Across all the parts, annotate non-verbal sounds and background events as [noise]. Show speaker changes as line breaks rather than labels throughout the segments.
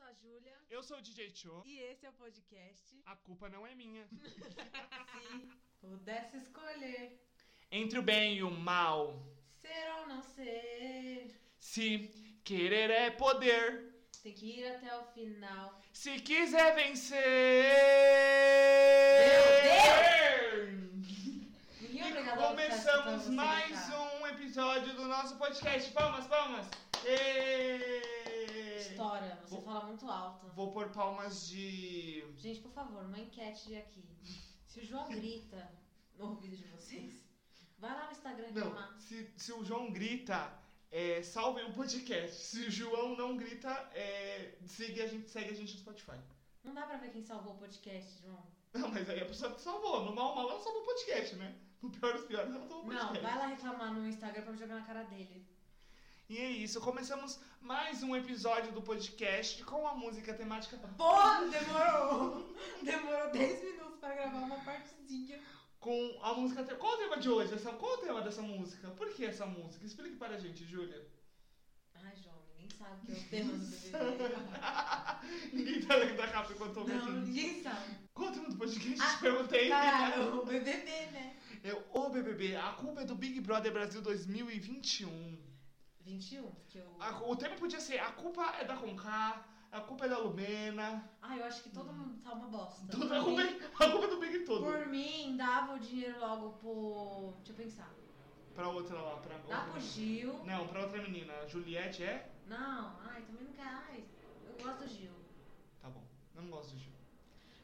a Júlia
Eu sou o DJ Cho.
e esse é o [laughs] podcast.
A culpa não é minha.
Se pudesse escolher
Entre o bem e o mal,
ser ou não ser,
se querer é poder,
tem que ir até o final.
se quiser vencer.
Ninguém é
E
obrigado a ficar
começamos
escutando você
mais
gritar.
um episódio do nosso podcast. Palmas, palmas. Ê!
História, você
Vou-
fala muito alto.
Vou pôr palmas de.
Gente, por favor, uma enquete aqui. Se o João grita no ouvido de vocês, vai lá no Instagram reclamar.
Não, se, se o João grita, é, salvem o podcast. Se o João não grita, é, segue, a gente, segue a gente no Spotify.
Não dá pra ver quem salvou o podcast, João.
Não, mas aí a pessoa que salvou. No mal, mal, ela salvou o podcast, né? No pior dos piores, ela salvou o
Não,
podcast.
vai lá reclamar no Instagram pra jogar na cara dele.
E é isso. Começamos mais um episódio do podcast com a música temática.
Porra, demorou! [laughs] Demorou 10 minutos pra gravar uma partezinha.
Com a música. te- Qual o tema de hoje? Essa- Qual o tema dessa música? Por que essa música? Explique para a gente, Júlia. [laughs]
Ai, João, ninguém sabe que é o tema do BBB.
Ninguém tá lendo a capa enquanto eu tô
Não,
ouvindo.
ninguém
[laughs]
sabe.
Qual o tema do podcast?
Ah,
[laughs] Te perguntei.
Caralho, o BBB, né?
É o BBB, a culpa é do Big Brother Brasil 2021.
21, porque eu...
A- o tema podia ser a culpa é da Conká, a culpa é da Lumena,
Ah, eu acho que todo mundo tá uma bosta.
tudo, a, culpa é, a culpa é do Big todo.
Por mim, dava o dinheiro logo pro... Deixa eu pensar.
Pra outra lá, pra
Dá pro
outra.
Gil.
Não, pra outra menina. Juliette é?
Não, ai, também não quer. Ai, eu gosto do Gil.
Tá bom, eu não gosto do
[laughs]
Gil.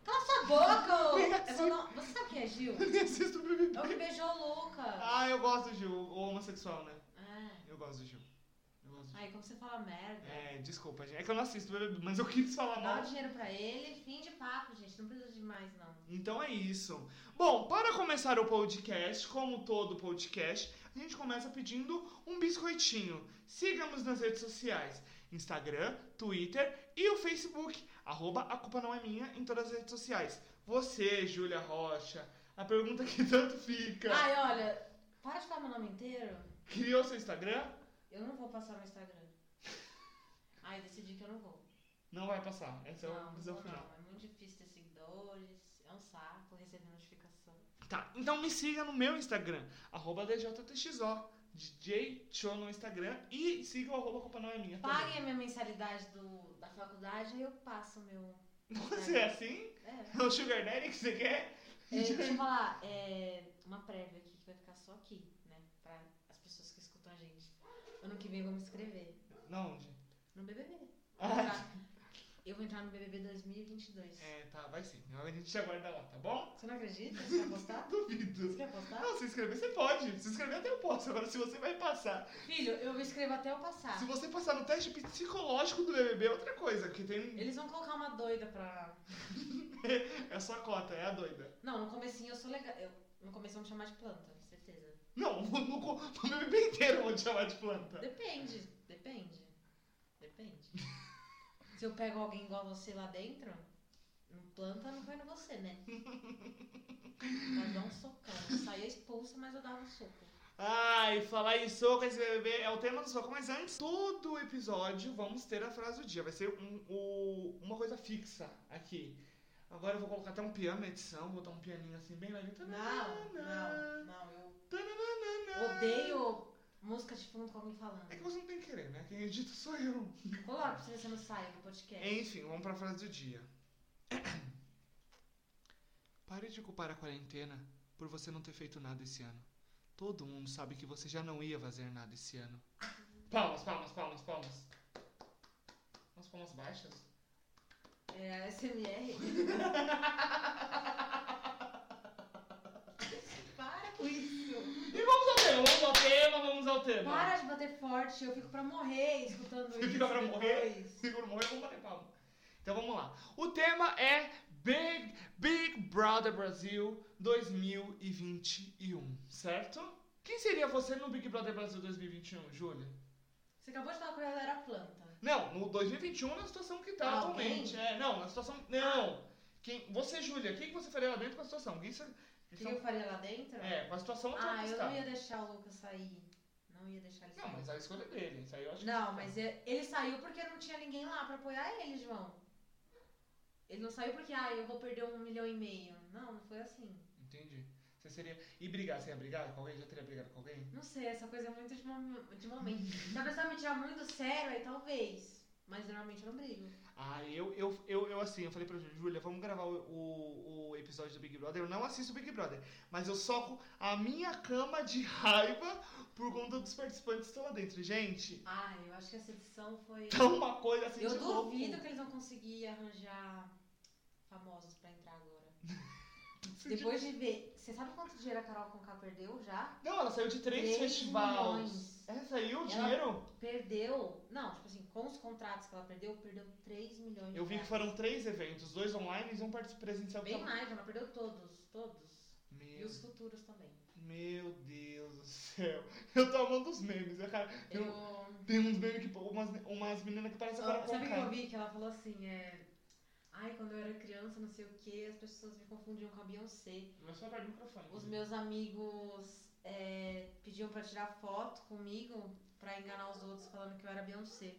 Cala sua boca!
Como é
ô!
que
Eu
assim?
vou dar- Você sabe quem é Gil?
Eu nem assisto o
É o que
BBB.
beijou o Lucas.
Ah, eu gosto do Gil, o homossexual, né?
É.
Eu gosto do Gil. Eu gosto do Gil.
Ai, como você fala merda.
É, desculpa, gente. É que eu não assisto o BBB, mas eu quis falar
Dá
mal.
o dinheiro pra ele, fim de papo, gente. Não precisa de mais, não.
Então é isso. Bom, para começar o podcast, como todo podcast, a gente começa pedindo um biscoitinho. Siga-nos nas redes sociais: Instagram, Twitter e o Facebook. Arroba A Culpa Não É Minha em todas as redes sociais. Você, Júlia Rocha, a pergunta que tanto fica:
Ai, olha, para de falar meu nome inteiro.
criou seu Instagram?
Eu não vou passar no Instagram. Ai, decidi que eu não vou.
Não vai passar. Essa é
não,
a
não,
visão
vou,
final.
não. É muito difícil ter seguidores. É um saco receber notificação.
Tá, então me siga no meu Instagram, arroba DJTXO, DJ Cho no Instagram e siga o arroba A Culpa Não É Minha. também.
Paguem a minha mensalidade do, da faculdade e eu passo o meu.
Você é
[laughs]
assim?
É.
É o Sugar Daddy que você quer?
É, deixa eu falar, é, uma prévia aqui que vai ficar só aqui, né? Pra as pessoas que escutam a gente. Ano que vem eu vou me inscrever
Não, onde?
no BBB.
Ah.
Tá? Eu vou entrar no BBB 2022.
É, tá, vai sim. A gente te aguarda lá, tá bom?
Você não acredita? Você quer [laughs] apostar? Você
Duvido.
quer apostar?
Não, se inscrever você pode. Se inscrever até eu posso. Agora, se você vai passar.
Filho, eu me inscrevo até eu passar.
Se você passar no teste psicológico do BBB é outra coisa, porque tem.
Eles vão colocar uma doida pra.
É a sua cota, é a doida.
Não, no comecinho eu sou legal. Eu... No começo vão me chamar de planta, certeza.
Não, [laughs] no, no, no BBB inteiro eu vou te chamar de planta.
Depende, depende. Depende. Se eu pego alguém igual você lá dentro, não planta não foi no você, né? Vai dar um socão. Eu saía expulsa, mas eu dava um soco.
Ai, Ah, falar em soco, esse BBB é o tema do soco, mas antes, todo episódio vamos ter a frase do dia. Vai ser um- o- uma coisa fixa aqui. Agora eu vou colocar até um piano na edição, botar um pianinho assim bem leve.
Não, não, não. Eu odeio música de fundo com alguém falando.
É que você não tem que querer, né? Quem edita sou eu.
Coloca pra você ver se não sai do podcast.
Enfim, vamos pra frase do dia. [clears throat] Pare de culpar a quarentena por você não ter feito nada esse ano. Todo mundo sabe que você já não ia fazer nada esse ano. Palmas, palmas, palmas, palmas. Umas palmas baixas?
É,
[laughs]
SMR. Para com isso.
E vamos ao tema, vamos ao tema, vamos ao tema.
Para de bater forte, eu fico pra morrer escutando
É Você
isso.
fica pra morrer,
depois.
fica pra morrer, vamos bater palma. Então vamos lá. O tema é Big, Big Brother Brasil 2021, certo? Quem seria você no Big Brother Brasil 2021, Júlia?
Você acabou de falar que ela era planta.
Não, no 2021 na situação que tá
Ah,
atualmente.
quem?
É, não, na situação. Não! Quem, você, Júlia, o que você faria lá dentro com a situação? é, Quem você,
O que eu faria lá dentro?
um é, com a situação atual
ah,
que
eu
está.
não ia deixar o Lucas sair. Não não ia deixar ele sair.
Não, mas a escolha é dele. Isso aí eu acho que-
Não, mas e- ele saiu porque não tinha ninguém lá pra apoiar ele, João. Ele não saiu porque, ah, eu vou perder um milhão e meio. Não, não foi assim.
Entendi. Você seria. E brigar? Você ia brigar com alguém? Já teria brigado com alguém?
Não sei, essa coisa é muito de, mom- de momento. Se a pessoa me tirar muito sério, aí talvez. Mas normalmente eu não brigo.
Ah, eu, eu, eu, eu assim, eu falei pra Ju- Júlia, vamos gravar o, o, o episódio do Big Brother. Eu não assisto o Big Brother, mas eu soco a minha cama de [laughs] raiva por conta dos participantes que estão lá dentro. Gente, [laughs]
Ah, eu acho que essa edição foi.
tá uma coisa assim
Eu
de louco.
duvido que eles vão conseguir arranjar famosos pra entrar agora. Depois de ver. Você sabe quanto dinheiro a Carol Conká perdeu já?
Não, ela saiu de três
Três
festivais.
milhões.
É, saiu o
Ela-
dinheiro?
Perdeu. Não, tipo assim, com os contratos que ela perdeu, perdeu 3 milhões de
Eu vi que
reais.
foram três eventos, dois online e um parte- presencial. que
é. Bem
tava-
mais, ela perdeu todos, todos. E
Meu,
os futuros também.
meu Deus do céu. [laughs] Eu tô amando os memes. né, cara?
Eu.
Eu- Tem uns memes que. Umas, umas meninas que parecem agora
Ah,
com
sabe o que
cara.
eu vi? Que ela falou assim, é. Ai, quando eu era criança, não sei o que, as pessoas me confundiam com a Beyoncé.
Não é só apagar o microfone.
Os meus amigos é, pediam pra tirar foto comigo pra enganar os outros falando que eu era Beyoncé.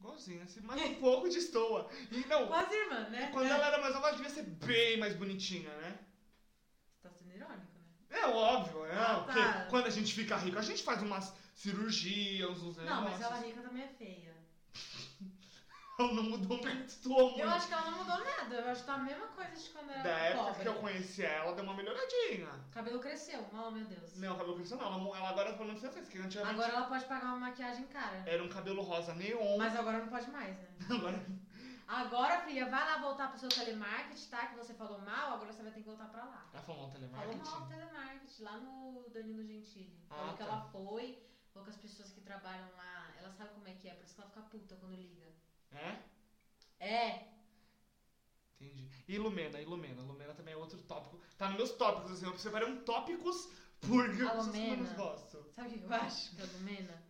Igualzinho, assim, mas um pouco destoa. E não,
Quase irmã, né?
quando ela era mais nova, ela devia ser bem mais bonitinha, né?
Você tá sendo irônico, né?
É óbvio, é.
Ah,
porque
tá.
quando a gente fica rico, a gente faz umas cirurgias, uns
Não, mas
negócios.
ela rica também é feia.
Ela não mudou muito, né? destoou muito.
Eu acho que ela não mudou nada. Eu acho que tá a mesma coisa de quando ela
Da
era
época
Ah, pobre.
que eu conheci ela, deu uma melhoradinha.
O cabelo cresceu. Oh, meu Deus.
Não, o cabelo cresceu não. Ela, ela agora tá falando fez, que antigamente
Agora ela pode pagar uma maquiagem cara.
era um cabelo rosa neon.
Mas agora não pode mais, né?
[laughs] Agora
Agora, filha, vai lá voltar pro seu telemarketing, tá? Que você falou mal, agora você vai ter que voltar pra lá.
ela falou mal
Falou
telemarketing.
mal do telemarketing, lá no Danilo Gentili.
Ah,
falou que
tá.
ela foi, falou que as pessoas que trabalham lá, ela sabe como é que é, por isso que ela fica puta quando liga.
É?
É,
Entendi. E Lumena, e Lumena. Lumena também é outro tópico. Tá nos meus tópicos, assim. Eu separei um tópicos porque
A
eu pessoas que eu
Lumena.
menos gosto.
sabe o que eu acho que é a Lumena?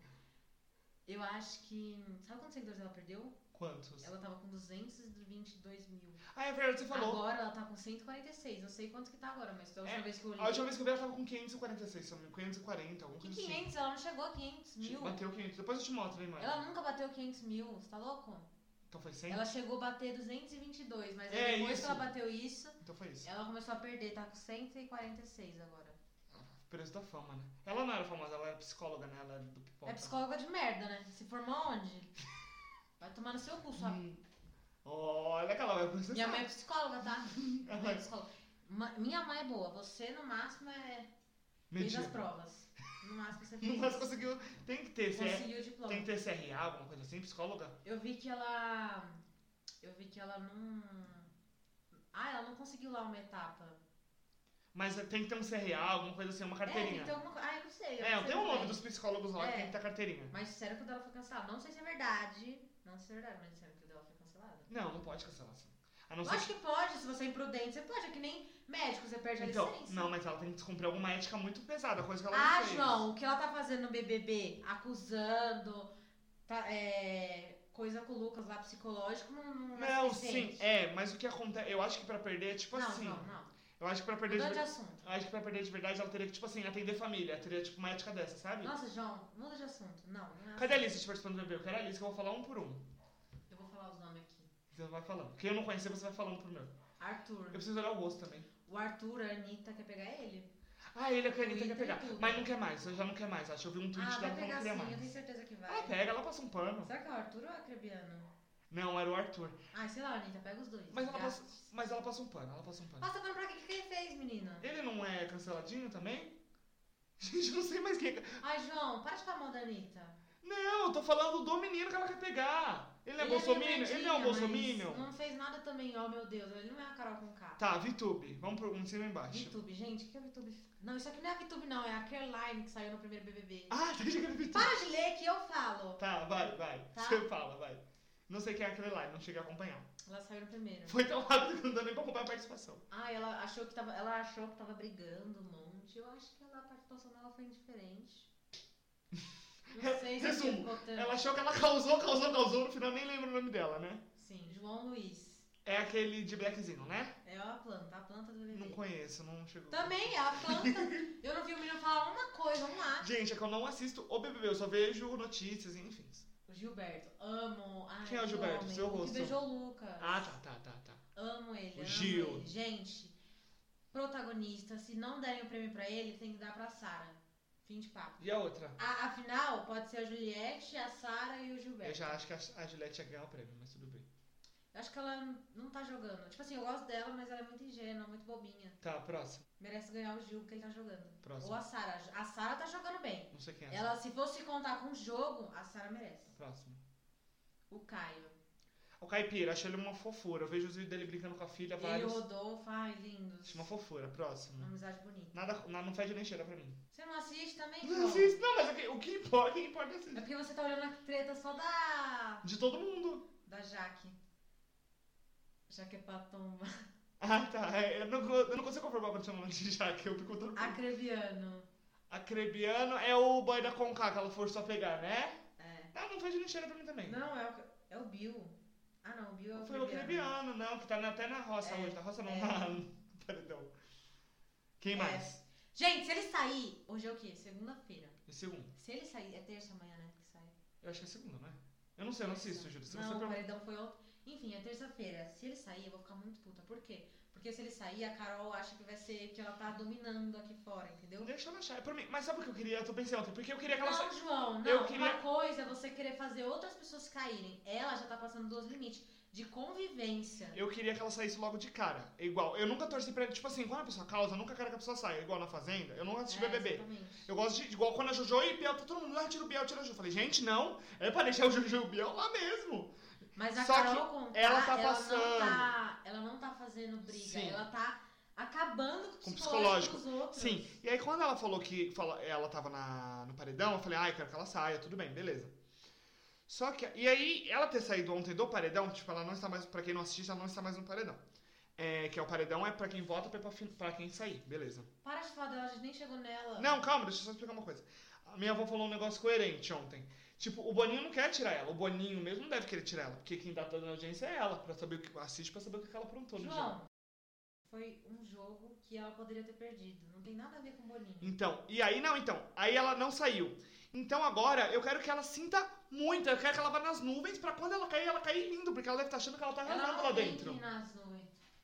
Eu acho que. Sabe quantos seguidores ela perdeu?
Quantos?
Ela tava com 222 mil.
Ah, é verdade, você falou.
Agora ela tá com 146. Não sei quanto que tá agora, mas da última
É,
vez que eu li.
A última vez que eu vi ela tava com 546, se eu não me engano, 540, alguma
Que
coisa assim.
500? Ela não chegou a 500 mil.
Bateu 500. Depois eu te mostro, hein, mano.
Ela nunca bateu 500 mil, você tá louco?
Então foi 100?
Ela chegou a bater 222, mas
É
aí depois
isso.
que ela bateu isso,
Então foi isso.
Ela começou a perder, tá com 146 agora.
Preço da fama, né? Ela não era famosa, ela era psicóloga, né? Ela era do pipoca.
É psicóloga de merda, né? Se formou onde? Vai tomar no seu cu, sua.
Hum. Olha que ela vai processar.
Minha mãe é psicóloga, tá? Minha mãe é psicóloga. Ma- Minha mãe é boa, você no máximo é. fez
Mentira.
as provas. No máximo
[laughs]
você fez.
Mas conseguiu. Tem que ter, CR...
Conseguiu o diploma.
Tem que ter CRA, alguma coisa assim, psicóloga?
Eu vi que ela. Eu vi que ela não. Ah, ela não conseguiu lá uma etapa.
Mas tem que ter um CRA, alguma coisa assim, uma
É,
carteirinha.
então. alguma- Ah, eu não sei. eu não
É,
sei
tem o
muito
nome
bem.
dos psicólogos lá que
É.
tem que ter carteirinha.
Mas disseram que o dela foi cancelado. Não sei se é verdade. Não sei se é verdade, mas disseram que o dela foi cancelado.
Não, não pode cancelar assim. A não
Eu
ser
acho que pode, se você é imprudente, você pode, é que nem médico, você perde a
Então,
é licença.
não, mas ela tem que descumprir alguma ética muito pesada, coisa que ela
Ah,
não fez.
João, o que ela tá fazendo no BBB? Acusando, tá, é, coisa com o Lucas lá psicológico, não, não é
Não,
suficiente.
sim, é, mas o que acontece, eu acho que pra perder é tipo
não,
assim.
João, não.
Eu acho que pra perder de
Mudando de
verdade,
assunto.
eu acho que para perder de verdade ela teria que tipo assim, atender família, teria tipo uma ética dessa, sabe?
Nossa, João, muda de assunto. Não, não é
Cadê a
assim.
lista de participantes do bebê? Eu quero a lista que eu vou falar um por um.
Eu vou falar os nomes aqui.
Você vai falando. Quem eu não conhecer, você vai falando pro meu. Eu
Arthur.
preciso olhar o gosto também.
O Arthur, a Anitta quer pegar ele?
Ah, ele é que a Anitta
Twitter
quer
e
pegar.
tudo.
Mas não quer mais, eu já não quer mais. Acho que eu vi um tweet
ah,
dela
vai
que ela
pegar
não
sim,
queria
eu tenho
mais.
certeza que vai.
Ela pega, ela passa um pano.
Será que é o Arthur ou é a Crebiano?
Não, era o Arthur.
Ah, sei lá, Anitta, pega os dois.
Mas ela
Gatos.
Mas ela passa um pano, ela passa um pano.
Passa pano pra quê? O que ele fez, menina?
Ele não é canceladinho também? [laughs] Gente, eu não sei mais quem é
Ai, João, para de falar mal da Anitta.
Não, eu tô falando do menino que ela quer pegar. Ele é
meio
bolsominion? ele não
bandinha,
é um
mas
bolsominion?
Não fez nada também, ó, meu Deus. Ele não é a Carol com K.
Tá, VTube. Vamos pro um em cima e embaixo.
VTube, gente, o que é VTube? Não, isso aqui não é a VTube, não. É a Caroline que saiu no primeiro BBB.
Ah, [laughs] tá chegando VTube.
Para de ler que eu falo.
Tá, vai, vai.
Tá.
Você fala, vai. Não sei quem é aquele lá, não cheguei a acompanhar.
Ela saiu no primeiro.
Foi tão rápido que não deu nem pra acompanhar a participação.
Ai, ela achou que tava, ela achou que tava brigando um monte. Eu acho que ela, a participação dela foi indiferente.
[laughs]
Não sei se
Resumo,
eu tô botando-
Ela achou que ela causou, causou, causou, no final nem lembro o nome dela, né?
Sim, João Luiz.
É aquele de blackzinho, né?
É a planta, a planta do
Não
bebê.
conheço, não chegou.
Uhum. Também é a planta. Eu não vi o menino falar uma coisa, um lá.
Gente, é que eu não assisto o BBB, eu só vejo notícias e enfim.
O Gilberto, amo. Ai,
Quem é o
que
Gilberto?
homem.
Seu
O
rosto.
Que beijou o Lucas.
Ah, tá, tá, tá, tá.
Amo ele.
O
amo
Gil.
ele. Gente, protagonista, se não derem o prêmio pra ele, tem que dar pra Sara. Fim de papo.
E a outra?
A, afinal, pode ser a Juliette, a Sara e o Gilberto.
Eu já acho que a a Juliette ia ganhar o prêmio, mas tudo bem.
Eu acho que ela não tá jogando. Tipo assim, eu gosto dela, mas ela é muito ingênua, muito bobinha.
Tá, próximo.
Merece ganhar o Gil, porque ele tá jogando. Ou
Próximo.
a Sara. A Sara tá jogando bem.
Não sei quem é.
Ela, se fosse contar com o jogo, a Sara merece.
Próximo.
O Caio.
O Caipira, acho ele uma fofura. Eu vejo os vídeos dele brincando com a filha,
Ele e o
vários.
Rodolfo, ai, lindos.
Acho uma fofura. Próximo.
Uma amizade bonita.
Nada, nada não fede nem cheira pra mim.
Você não assiste também?
Não
João?
assisto, não, mas o que, o que importa, o que importa é
É
assistir.
porque você tá olhando a treta só da.
De todo mundo.
da Jaque. Jaque é
[laughs]
Patomba.
Ah, tá. É, Eu não, co- eu não [laughs] consigo conformar quando chamam de Jaque, eu fico todo.
Acreviano.
A Crebiano é o boy da Conca que ela forçou a pegar, né?
É.
Ah, não fede nem cheira pra mim também.
Não, é o, é o Bill. Ah, não, o Bill é o
Foi o
Acreviano.
Crebiano, não, que tá na- até na roça
É,
hoje. Na roça não, [laughs]
é.
na. no Paredão. Quem
É.
mais?
Gente, se ele sair. Hoje é o quê? Segunda-feira.
E segundo?
Se ele sair. É terça amanhã, né? Que sai.
Eu acho que é segundo, né? Eu não sei, eu não assisto, Júlio. Se você
Não, o
perguntar-
paredão foi outro. Enfim, é terça-feira. Se ele sair, eu vou ficar muito puta. Por quê? Porque se ele sair, a Carol acha que vai ser que ela tá dominando aqui fora, entendeu?
Deixa ela achar. É pra mim. Mas sabe o que eu queria? Eu tô pensando ontem. Porque eu queria que ela
Não,
saísse.
João, não.
Eu queria-
Uma coisa é você querer fazer outras pessoas caírem. Ela já tá passando dos limites de convivência.
Eu queria que ela saísse logo de cara. É Igual. Eu nunca torci pra. Tipo assim, quando a pessoa causa, eu nunca quero que a pessoa saia. Igual na Fazenda. Eu nunca assisti
É,
BBB.
exatamente.
Eu gosto de. Igual quando a Jojo e Biel. tá Todo mundo lá tira o Biel, tira a Jojo. Eu falei, gente, não. É pra deixar o Jojo e o Biel lá mesmo.
Mas a
Só
Carol Conká,
ela tá
Não
passando.
tá, ela não tá fazendo briga.
Sim.
Ela tá acabando com
Com
o
o
psicológico, dos outros.
Sim. E aí quando ela falou que fala- ela tava na- no paredão, eu falei, ai, quero que ela saia, tudo bem, beleza. Só que. E aí, ela ter saído ontem do paredão, tipo, ela não está mais. Pra quem não assiste, ela não está mais no paredão. É, que é o paredão é pra quem vota pra, pra fin- pra quem sair, beleza.
Para de falar dela, a gente nem chegou nela.
Não, calma, deixa eu só explicar uma coisa. A minha avó falou um negócio coerente ontem. Tipo, o Boninho não quer tirar ela. O Boninho mesmo não deve querer tirar ela. Porque quem dá toda a audiência é ela. Pra saber o que assiste, pra saber o que ela aprontou no jogo.
João, foi um jogo que ela poderia ter perdido. Não tem nada a ver com o Boninho.
Então, e aí não, então. Aí ela não saiu. Então agora eu quero que ela sinta muito. Eu quero que ela vá nas nuvens pra quando ela cair, ela cair lindo. Porque ela deve estar achando que ela tá
ela
arrasada
não
lá
tem
dentro.
que ir nas nuvens.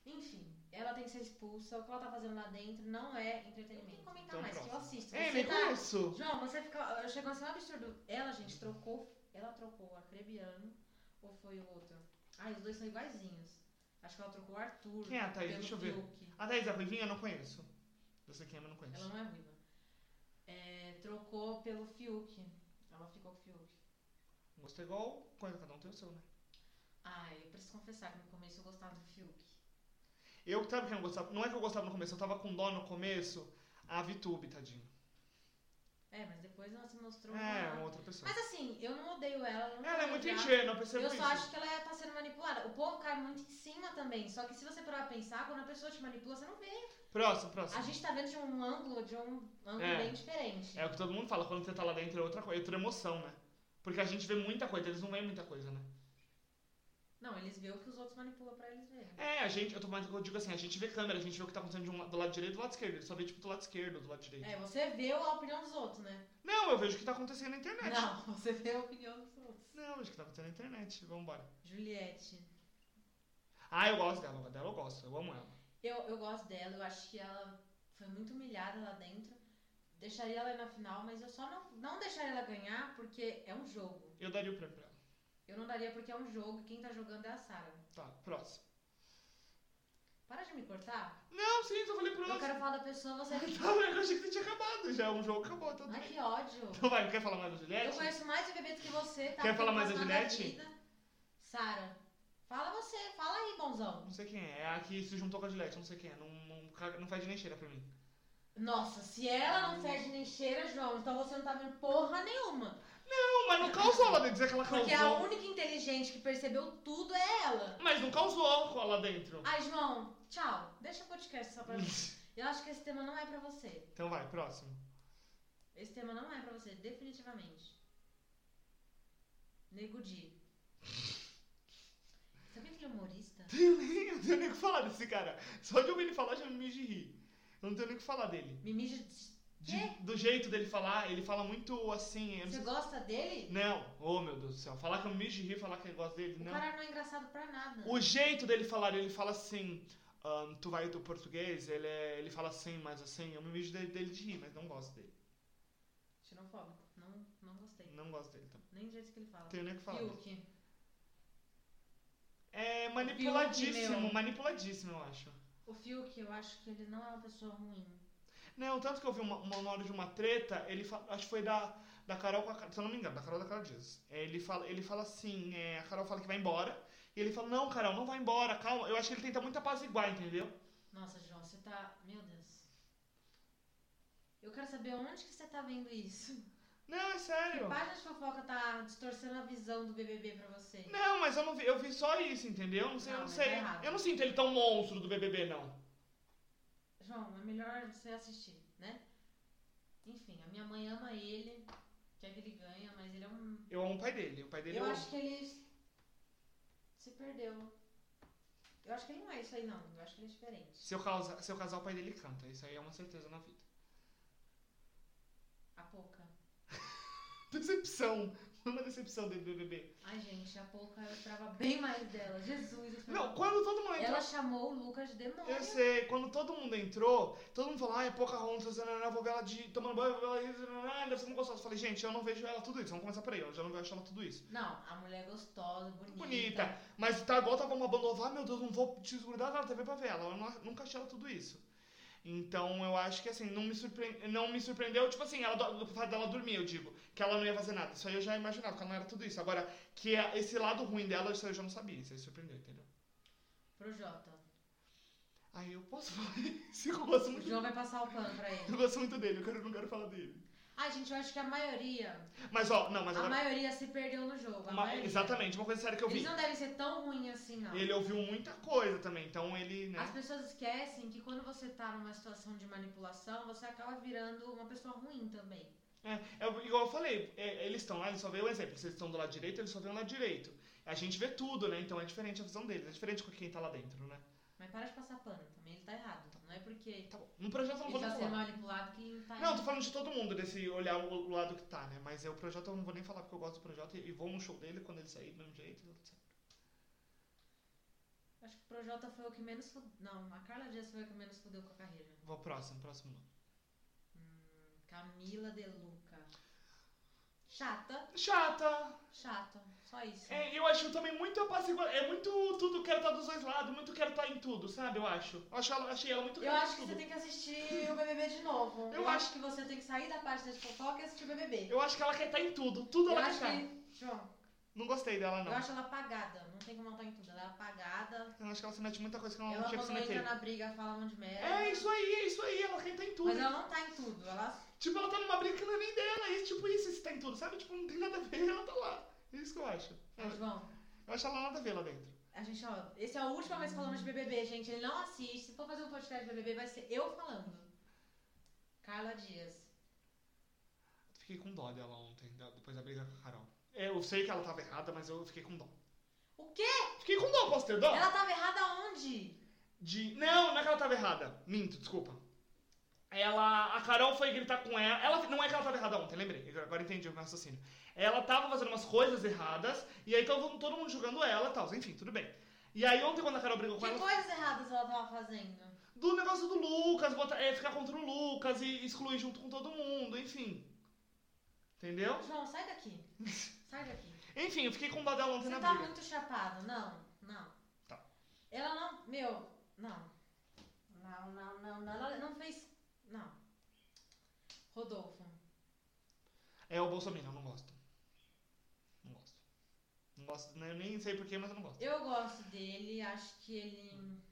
Enfim, ela tem que ser expulsa. O que ela tá fazendo lá dentro não é entretenimento. Tem que comentar
Então,
mais,
pronto.
que eu assisto.
É,
Você
me
tá-
conheço.
João, você fica. Chegou a ser um absurdo. Ela, gente, trocou. Ela trocou a Crebiano ou foi o outro? Ah, os dois são iguaizinhos. Acho que ela trocou o Arthur.
Quem é a Thaís?
pelo
Deixa eu ver.
Fiuk.
A Thaís é ruivinha? Eu não conheço. Você quem é, mas eu não
Ela
conheço.
não é ruiva. É, trocou pelo Fiuk. Ela ficou com o Fiuk.
Gosto é igual. Coisa, cada um tem o seu, né?
Ai, eu preciso confessar que no começo eu gostava do Fiuk.
Eu, sabe quem eu gostava? Não é que eu gostava no começo, eu tava com dó no começo. A Vitube, tadinho.
É, mas depois ela se mostrou.
É,
uma-
uma outra pessoa.
Mas assim, eu não odeio ela. Eu não
Ela é
vou
muito
odiar.
ingênua, eu percebo
Eu
isso.
só acho que ela tá sendo manipulada. O povo cai muito em cima também. Só que se você parar pra pensar, quando a pessoa te manipula, você não vê.
Próximo, próximo.
A gente tá vendo de um ângulo, de um ângulo
É.
bem diferente.
É o que todo mundo fala, quando você tá lá dentro é outra coisa, é outra emoção, né? Porque a gente vê muita coisa, eles não veem muita coisa, né?
Não, eles veem o que os outros manipulam pra eles verem.
É, a gente, eu, tô, mas eu digo assim, a gente vê câmera, a gente vê o que tá acontecendo de um, la- do lado direito e do lado esquerdo. Ele só vê, tipo, do lado esquerdo, do lado direito.
É, você vê a opinião dos outros, né?
Não, eu vejo o que tá acontecendo na internet.
Não, [laughs] você vê a opinião dos outros.
Não, eu vejo o que tá acontecendo na internet. Vambora.
Juliette.
Ah, eu gosto dela, dela eu gosto, eu amo ela.
Eu, eu gosto dela, eu acho que ela foi muito humilhada lá dentro. Deixaria ela ir na final, mas eu só não, não deixaria ela ganhar porque é um jogo.
Eu daria o prêmio pra ela.
Eu não daria porque é um jogo e quem tá jogando é a Sarah.
Tá, próximo.
Para de me cortar.
Não, sim, só falei próximo.
Eu quero falar da pessoa,
[laughs]
você.
Tá, mas eu achei que você tinha acabado já. O jogo acabou, então tudo
Ai, é.
bem.
que ódio.
Então [laughs] vai, quer falar mais da
Eu
Juliette?
conheço mais bebê do que você, tá?
Quer
Não
falar
tem
mais da
quase nada
Juliette?
vida. Sara, fala você, fala aí, bonzão.
Não sei quem é. É a que se juntou com a Juliette, não sei quem é. Não, não, caga- não faz nem cheira pra mim.
Nossa, se ela não fede nem cheira, João, então você não tá vendo porra nenhuma.
Não, mas não causou lá dentro. Dizer que ela
Porque é a
causou.
única inteligente que percebeu tudo é ela.
Mas não causou lá dentro.
Ai, João, tchau. Deixa o podcast só Ah, pra mim. Eu acho que esse tema não é pra você.
[laughs] Então vai, próximo. [laughs]
Esse tema não é pra você, definitivamente. Nego Di. Sabia que ele é humorista?
tenho nem, eu não tenho nem o que falar desse cara. Só de ouvir ele falar já me mijo de rir. Eu não tenho nem o que falar dele.
Mimi, de-
De- do jeito dele falar, ele fala muito assim. Eu não,
É? você
sei-
gosta dele?
não, oh meu Deus do céu. Falar que eu me mijo de rir, falar que eu gosto dele,
O
não.
cara não é engraçado pra nada.
O jeito dele falar, ele fala assim. ahn, tu vai do português, ele, é- ele fala assim, mas assim, eu me mijo de- dele de rir, mas não gosto dele.
Xenofóbico. Não, não gostei.
Não gosto dele também.
Nem do jeito que ele fala.
Não tenho nem o Hum. que falar. dele.
Fiuk.
É manipuladíssimo,
Fiuk, meu.
manipuladíssimo, eu acho.
O Fiuk, eu acho que ele não é uma pessoa ruim.
Não, tanto que eu vi uma, uma na hora de uma treta, ele fa- acho que foi da, da Carol com a Ca- se eu não me engano, da Carol da Carol Dias. É, Ele fala, ele fala assim, é, a Carol fala que vai embora, e ele fala, não, Carol, não vai embora, calma. Eu acho que ele tenta muito apaziguar, entendeu?
Nossa, João, você tá. Meu Deus. Eu quero saber onde que você tá vendo isso.
Não, é
Que
sério.
página de fofoca tá distorcendo a visão do BBB pra você?
Não, mas eu não vi, eu vi só isso, entendeu? Não sei, eu
Não,
não
mas
sei.
tá errado.
eu não sinto ele tão monstro do BBB, não.
João, é melhor você assistir, né? Enfim, a minha mãe ama ele, quer que ele ganha, mas ele é um.
Eu amo o pai dele, o pai dele
eu
eu
acho que ele se perdeu. Eu acho que ele não é isso aí, não. Eu acho que ele é diferente.
Se eu, causa, se eu casar, o pai dele canta. Isso aí é uma certeza na vida.
A pouca.
Decepção. [laughs] Uma decepção dele do BBB.
Ai, gente, a pouca eu esperava bem mais dela. Jesus, Tá. eu é. esperava.
Não, quando todo mundo entra
Ela chamou o Lucas de demônio.
Eu sei, quando todo mundo entrou, todo mundo falou, ah, é Pocahontas, eu vou ver ela de, tomando banho, vou ver ela ah, deve ser muito gostosa. Eu falei, gente, eu não vejo ela tudo isso, vamos começar por aí, eu já não vejo ela tudo isso.
Não, a mulher é gostosa, bonita.
Bonita. Mas tá igual tava uma banda, eu falei, ah, meu Deus, não vou desgrudar da TV pra ver ela, eu não- nunca achei ela tudo isso. Então eu acho que assim, não me, surpre... não me surpreendeu, tipo assim, ela, do do fato dela dormir, eu digo, que ela não ia fazer nada. Isso aí eu já imaginava, porque ela não era tudo isso. Agora, que a- esse lado ruim dela, isso aí eu já não sabia, isso aí surpreendeu, entendeu?
Pro Jota.
Aí eu posso falar [laughs] isso, eu gosto
O
muito
João vai passar o pano pra ele.
Eu gosto muito dele, eu quero, não quero falar dele.
Ai, gente, eu acho que a maioria.
Mas ó, não, mas
A
agora.
maioria se perdeu no jogo. a
uma-
maioria.
exatamente, uma coisa séria que eu
é Eles
vi.
não devem ser tão ruins assim, não.
Ele ouviu muita coisa também, então ele, né?
As pessoas esquecem que quando você tá numa situação de manipulação, você acaba virando uma pessoa ruim também.
É, é igual eu falei, é, eles estão lá, eles só veem um exemplo. Se eles estão do lado direito, eles só veem o lado direito. A gente vê tudo, né? Então é diferente a visão deles, é diferente com quem tá lá dentro, né?
Mas para de passar pano também, ele tá errado. Não é porque
Tá bom. No projeto eu não
ele
vou
tá
nem
sendo
falar.
manipulado que tá
Não, eu tô falando de todo mundo, desse olhar o, o lado que tá, né? Mas é o projeto eu não vou nem falar, porque eu gosto do projeto e, e vou no show dele quando ele sair do mesmo jeito. tudo certo.
Acho que o Projota foi o que menos fudeu. Não, a Carla Dias foi o que menos fudeu com a carreira.
Vou próximo, próximo nome.
Hum, Camila De Luca. Chata,
Chata!
chato, só isso.
É, eu acho também muito apaziguada. É muito tudo, quero estar dos dois lados, muito quero estar em tudo, sabe? Eu acho. Eu acho ela- achei ela muito
Eu
quero
acho
em
que
tudo.
você tem que assistir o BBB de novo.
Eu
Eu,
acho-
acho que você tem que sair da página de fofoca e assistir o BBB.
Eu acho que ela quer estar em tudo, tudo
Eu
ela quer
acho
estar.
que. João,
Não gostei dela, não.
eu
Eu
acho ela apagada. Não tem como ela tá em tudo. Ela é apagada.
acho... que ela se mete em muita coisa que ela não
ela
tinha que se
quando entra
meter.
na briga fala um monte de merda.
É isso aí, é isso aí, ela quer estar em tudo.
Mas ela não tá em tudo. Ela.
Tipo, ela tá numa briga que não é nem dela, e tipo, isso, isso tá em tudo, sabe? Tipo, não tem nada a ver, ela tá lá. É isso que eu acho.
Ah, João,
Eu acho ela nada a ver lá dentro.
a gente, ó. Esse é a última vez que falamos de BBB, gente. Ele não assiste. Se for fazer um podcast de BBB, vai ser eu falando. Carla Dias.
Fiquei com dó dela ontem, da- depois da briga com a Carol. É, Eu sei que ela tava errada, mas eu fiquei com dó.
O quê?
Fiquei com dó, posso ter dó?
Ela tava errada onde?
De. Não, não é que ela tava errada. Minto, desculpa. Ela. A Carol foi gritar com ela. ela não é que ela tava errada ontem, lembrei. Agora entendi o meu raciocínio. Ela tava fazendo umas coisas erradas, e aí tava todo mundo julgando ela e tal. Enfim, tudo bem. E aí ontem, quando a Carol brigou com
Que
ela,
coisas erradas ela tava fazendo?
do negócio do Lucas, botar, é, ficar contra o Lucas e excluir junto com todo mundo, enfim. Entendeu?
João, sai daqui.
[laughs]
Sai daqui.
Enfim, eu fiquei com dó dela ontem
Você
na
tá
briga.
muito chapado, não, não.
Tá.
Ela não, meu, não. Não, não, não, não, ela não fez, não. Rodolfo,
É o Bolsonaro, eu não gosto. Não gosto. Não gosto, né, eu nem sei porquê, mas eu não gosto.
eu gosto dele, acho que ele, ele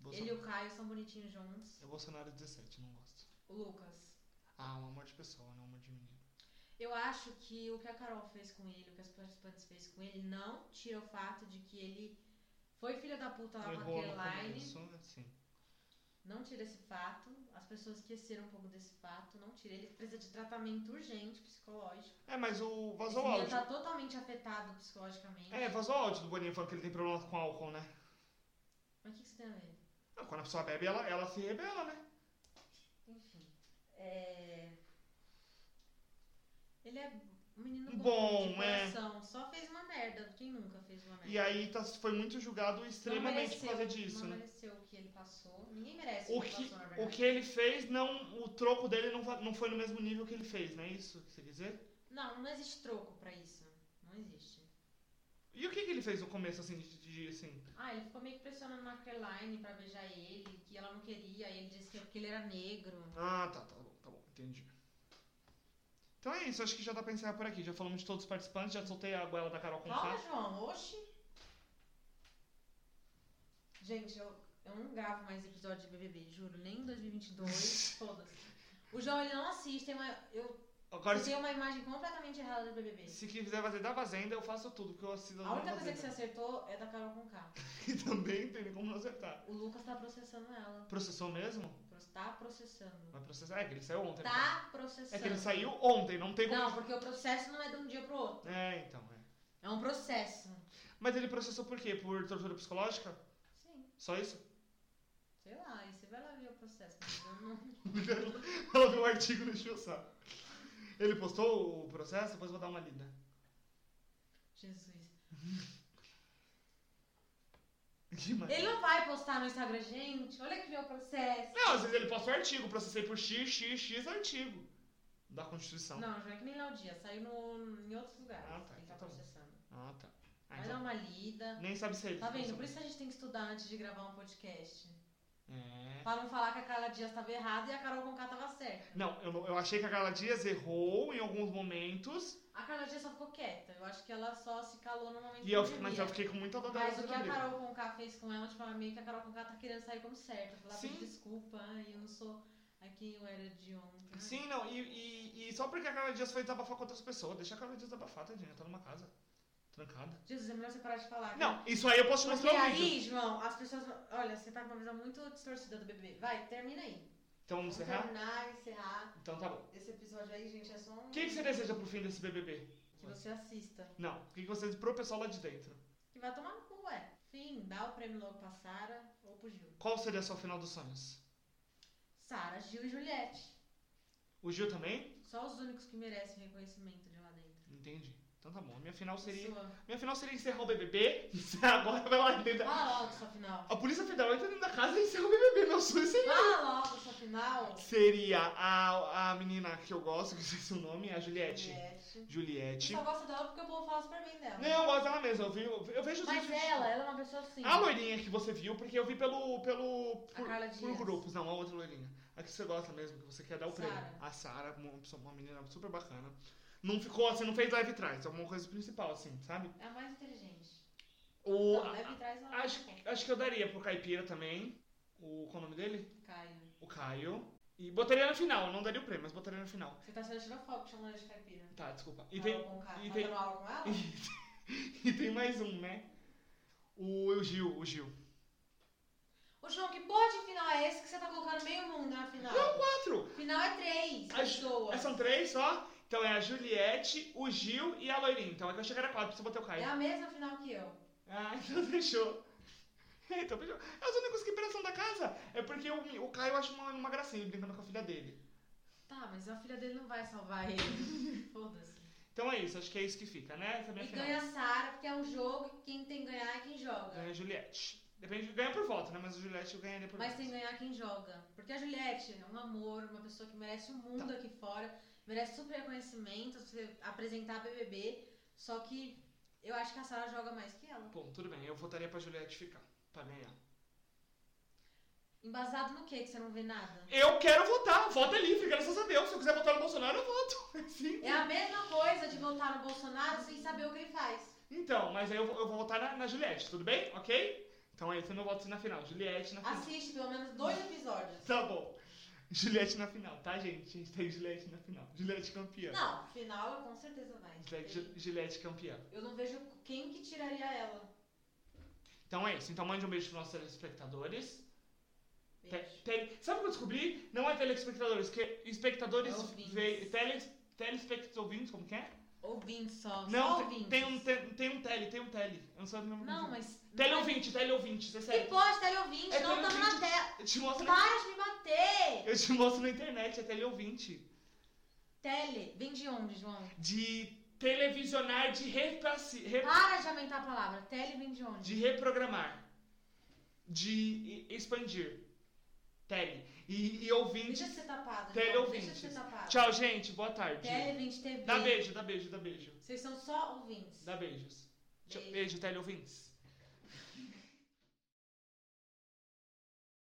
e
Bolsonaro.
o Caio são bonitinhos juntos.
É o Bolsonaro 17, não gosto.
O Lucas,
Ah, um amor de pessoa, não um amor de menino.
eu acho que o que a Carol fez com ele, o que as participantes fez com ele, não tira o fato de que ele foi filha da puta lá com
Errou
a
no
Caroline.
começo, assim.
Não tira esse fato. As pessoas esqueceram um pouco desse fato. Não tira. Ele precisa de tratamento urgente psicológico.
É, mas o
Esse
vazou o
menino
áudio.
tá totalmente afetado psicologicamente.
É, vazou o áudio do Boninho falando que ele tem problema com álcool, né? quando a pessoa bebe, ela, ela se rebela, né?
Enfim. É... Ele é um menino
Bom,
bom, de
é.
coração. Só fez uma merda. Quem nunca fez uma merda?
E aí tá- foi muito julgado extremamente por causa disso,
É. não
né?
mereceu o que ele passou. Ninguém merece
O
o que,
que-
passou, na verdade.
O que ele fez, não, o troco dele não, va- não foi no mesmo nível que ele fez, não é isso que você quer dizer?
Não, não existe troco pra isso. Não existe.
E o que, que ele fez no começo, assim, de, de- assim?
Ah, ele ficou meio que pressionando a Caroline pra beijar ele, que ela não queria. Ele disse que é porque ele era negro.
Ah, tá, tá bom, tá bom, entendi. Então é isso, acho que já dá pra encerrar por aqui. Já falamos de todos os participantes, já soltei a goela da Carol com
Calma,
K.
João. Oxi. Gente, eu, eu não gravo mais episódio de BBB, juro. Nem em
[laughs]
2022. Foda-se. O João, ele não assiste. Tem uma, eu
Agora, se,
tenho uma imagem completamente errada do BBB.
se né? quiser fazer da Fazenda, eu faço tudo, porque eu assisto
A única
da
coisa que você
Fazenda.
acertou é da Carol Conká.
[laughs] Que também tem como não acertar.
O Lucas tá processando ela.
Processou mesmo?
Pro- Tá processando.
Vai processar? É que ele saiu ontem. né?
Tá processando.
É que ele saiu ontem, não tem como.
Não, porque o processo não é de um dia pro outro.
É, então, é.
É um processo.
Mas ele processou por quê? Por tortura psicológica?
Sim.
Só isso? [laughs]
Sei lá, aí você vai lá ver o processo. mas eu não- [laughs]
Ela viu o artigo no Chussá. Ele postou o processo, depois eu vou dar uma lida.
Jesus.
Que mais?
Ele não vai postar no Instagram, gente. Olha que meu processo.
Não, às vezes ele posta o artigo, processei por X, X, X artigo da Constituição.
Não, já é que nem Laudia. Saiu no, em outros lugares.
Ah, tá,
Ele tá
então tá bom.
processando.
Ah, tá. Ah,
Vai
então.
dar uma lida.
Nem sabe se é ele.
Tá vendo? Por isso que a gente tem que estudar antes de gravar um podcast.
É.
Pra não falar que a Carla Dias tava errada e a Carol Conká tava certa.
Não, eu, não- eu achei que a Carla Dias errou em alguns momentos,
A Carla Dias só ficou quieta. Eu acho que ela só se calou no momento
e eu,
que
fi- mas
devia.
eu fiquei com muita dor dela.
Mas o que a
brasileira.
Carol Conká fez com ela, tipo, ela meio que a Carol Conká tá querendo sair como certo. Falar,
Sim.
"Pedi desculpa, ai, eu não sou a quem eu era de ontem.
Sim, não, e, e- e só porque a Carla Dias foi desabafar com outras pessoas, deixa a Carla Dias desabafar, tadinha, tá numa casa, trancada.
Jesus, é melhor você parar de falar. né?
Não, isso aí eu posso te
Porque
mostrar o vídeo.
aí, João, as pessoas. vão- Olha, você tá com uma visão muito distorcida do bebê. Vai, termina aí.
Então vamos encerrar?
terminar, encerrar.
Então tá bom.
Esse episódio aí, gente, é só um.
O que, que você deseja pro fim desse BBB?
Que você assista.
Não, o que, que você deseja pro pessoal lá de dentro?
Que vai tomar no cu, ué. Fim, dá o prêmio logo pra Sara ou pro Gil.
Qual seria a sua final dos sonhos?
Sara, Gil e Juliette.
O Gil também?
Só os únicos que merecem reconhecimento de lá dentro.
Entendi. Então tá bom, a minha final seria...
Sua.
Minha final seria encerrar o BBB, encerrar [laughs] agora, vai lá dentro. da-
Fala logo sua final.
A Polícia Federal entra dentro da casa e encerra o BBB, meu sonho seria...
Fala logo sua final.
Seria a, a menina que eu gosto, [laughs] que eu sei o nome, a Juliette.
Juliette. Eu
Juliette.
só gosto dela porque o povo fala super bem dela.
Não, eu gosto dela mesmo. Eu, vi, eu vi- eu vejo os
Mas
vídeos.
ela, ela é uma pessoa assim. Ah,
A loirinha que você viu, porque eu vi pelo. pelo
A
por,
Carla
Ah, por
Dias.
grupos, não, a outra loirinha. A que você gosta mesmo, que você quer dar o
Sara.
prêmio. A Sara, uma, pessoa- uma menina super bacana. Não ficou assim, não fez live trás, é uma coisa principal, assim, sabe?
É a mais inteligente.
O,
não, né?
a-
deve trás ela.
acho, acho que eu daria pro Caipira também. O, qual é o nome dele?
Caio.
O Caio. E botaria na final, não daria o prêmio, mas botaria na final.
Você tá sendo xenofóbico chamando ela de caipira.
Tá, desculpa. E
Tá
tem,
com o cara.
e
Tá
tem-
dando aula com ela?
[laughs] e tem mais um, né? O, o Gil, o Gil.
Ô, João, que porra de final é esse que você tá colocando meio mundo na final?
Quatro!
Final é três
Acho- Ah,
pessoas.
São três só? Então é a Juliette, o Gil e a Loirinha. Então é que eu achei que era quatro, precisa bater o
É
Caio.
a mesma final que eu.
Ah, [laughs] então fechou. Então fechou. É os únicos que prestam da casa. É porque o, o Caio acha uma, uma gracinha brincando com a filha dele.
Tá, mas a filha dele não vai salvar ele. [laughs] Foda-se.
Então é isso, acho que é isso que fica, né? Essa é a minha
E
final.
ganha a Sara, porque é um jogo e quem tem que ganhar é quem joga.
Ganha a Juliette. Depende, ganha por voto, né? Mas a Juliette eu ganharia por
Mas
voto.
tem que ganhar quem joga. Porque a Juliette é um amor, uma pessoa que merece o mundo
Tá.
aqui fora, merece super reconhecimento, você apresentar BBB. Só que eu acho que a Sarah joga mais que ela.
Bom, tudo bem, eu votaria pra Juliette ficar, pra ganhar.
Embasado no quê? Que você não vê nada?
Eu quero votar, voto é livre, graças a Deus. Se eu quiser votar no Bolsonaro, eu voto. [laughs] Sim.
É a mesma coisa de votar no Bolsonaro sem saber o que ele faz.
Então, mas aí eu, vou- eu vou votar na, na Juliette, tudo bem? Ok? Então aí, você não vota na final. Juliette
Ah,
na final.
Assiste pelo menos dois episódios.
Tá bom. Juliette na final, tá, gente? A gente tem Juliette na final. Juliette campeã.
Não, final ela com certeza vai. Tipo,
Juliette, Ju- Juliette campeã.
Eu não vejo quem que tiraria ela.
Então é isso. Então mande um beijo pros nossos telespectadores. Te-
Beijo.
tele- Sabe o que eu descobri? Não é telespectadores, que espectadores
É ouvintes.
veio. Teles... Telespectadores ouvintes, como que é?
Ouvindo só. só
Não, tem,
ouvintes.
tem um, te- tem um tele, tem um tele. Eu não sei o nome
Não,
do-
mas.
Tele
mas-
ouvinte, tele ouvinte, você
Que
sabe.
pode, teleouvinte,
É
não estamos na
teleouvinte.
tela.
Eu te mostro,
Para de me bater!
eu te mostro na internet, é tele ouvinte.
Tele, vem de onde, João?
De televisionar, de, repasse, re-
Para de aumentar a palavra. Tele vem de onde?
de reprogramar. De i- expandir. Tele. E, e ouvinte.
Deixa de ser tapado. João. Deixa de
Teleouvintes.
ser tapado.
Tchau, gente. Boa tarde.
Tele vem de TV.
Dá beijo, dá beijo, dá beijo.
Vocês são só ouvintes.
Dá beijos. Tchau,
Beijo.
Beijo, teleouvintes.